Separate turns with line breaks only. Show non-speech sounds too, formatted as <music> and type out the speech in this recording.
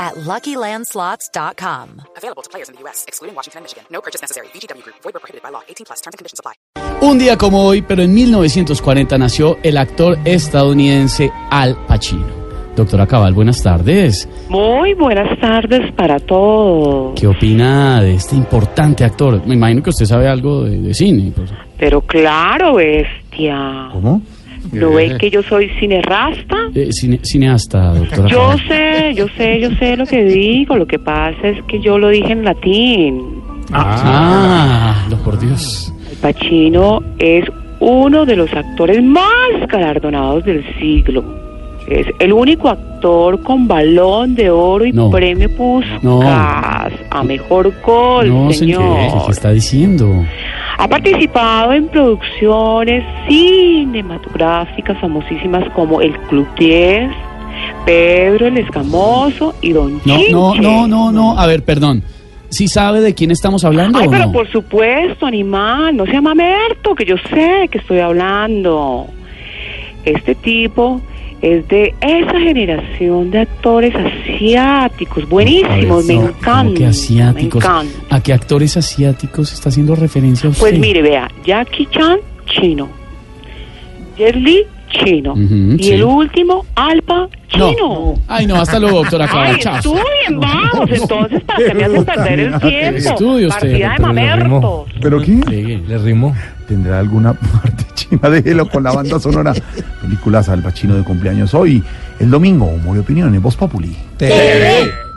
at LuckyLandSlots.com.
Available to players in the U.S., excluding Washington and Michigan. No purchase necessary. VGW Group. Void where prohibited by law. 18 plus. Terms and conditions apply.
Un día como hoy, pero en 1940 nació el actor estadounidense Al Pacino. Doctora Cabal, buenas tardes.
Muy buenas tardes para todos.
¿Qué opina de este importante actor? Me imagino que usted sabe algo de, de cine. pues.
Pero claro, bestia.
¿Cómo?
¿No ves que yo soy cinerrasta?
Eh, cine- cineasta, doctora.
Yo
Cabal.
sé, yo sé, yo sé lo que digo. Lo que pasa es que yo lo dije en latín.
Ah, no, por Dios.
El Pacino es uno de los actores más galardonados del siglo. Es el único actor con balón de oro y
No.
premio Puskas a mejor gol,
No,
señor.
¿qué está diciendo?
Ha participado en producciones cinematográficas famosísimas como El Club 10, Pedro el Escamoso y Don
No,
Chinche.
no, no, no, no. A ver, perdón. ¿Sí sabe de quién estamos hablando
Ay,
o
pero
no?
por supuesto, animal, no sea mamerto, que yo sé que estoy hablando. Este tipo es de esa generación de actores asiáticos, buenísimos, me
No, ¿cómo
encantan.
que asiáticos?
Me encantan.
¿A qué actores asiáticos está haciendo referencia usted?
Pues mire, vea, Jackie Chan, chino. Jet Li, chino.
Ujú,
y
sí.
el último, Alpa,
No.
chino.
Ay, no, hasta luego, doctora Clara.
Ay,
Chao.
estudien, vamos, entonces, para que me hacen
<laughs>
perder el tiempo.
Estudie usted,
Partida de
pero le
mamertos.
¿Pero qué?
Llegué.
Le rimó.
¿Tendrá alguna <laughs> parte china? Déjelo con la banda sonora. Películas al Pacino de cumpleaños hoy. El domingo, humor y opinión en Voz Populi.
TV.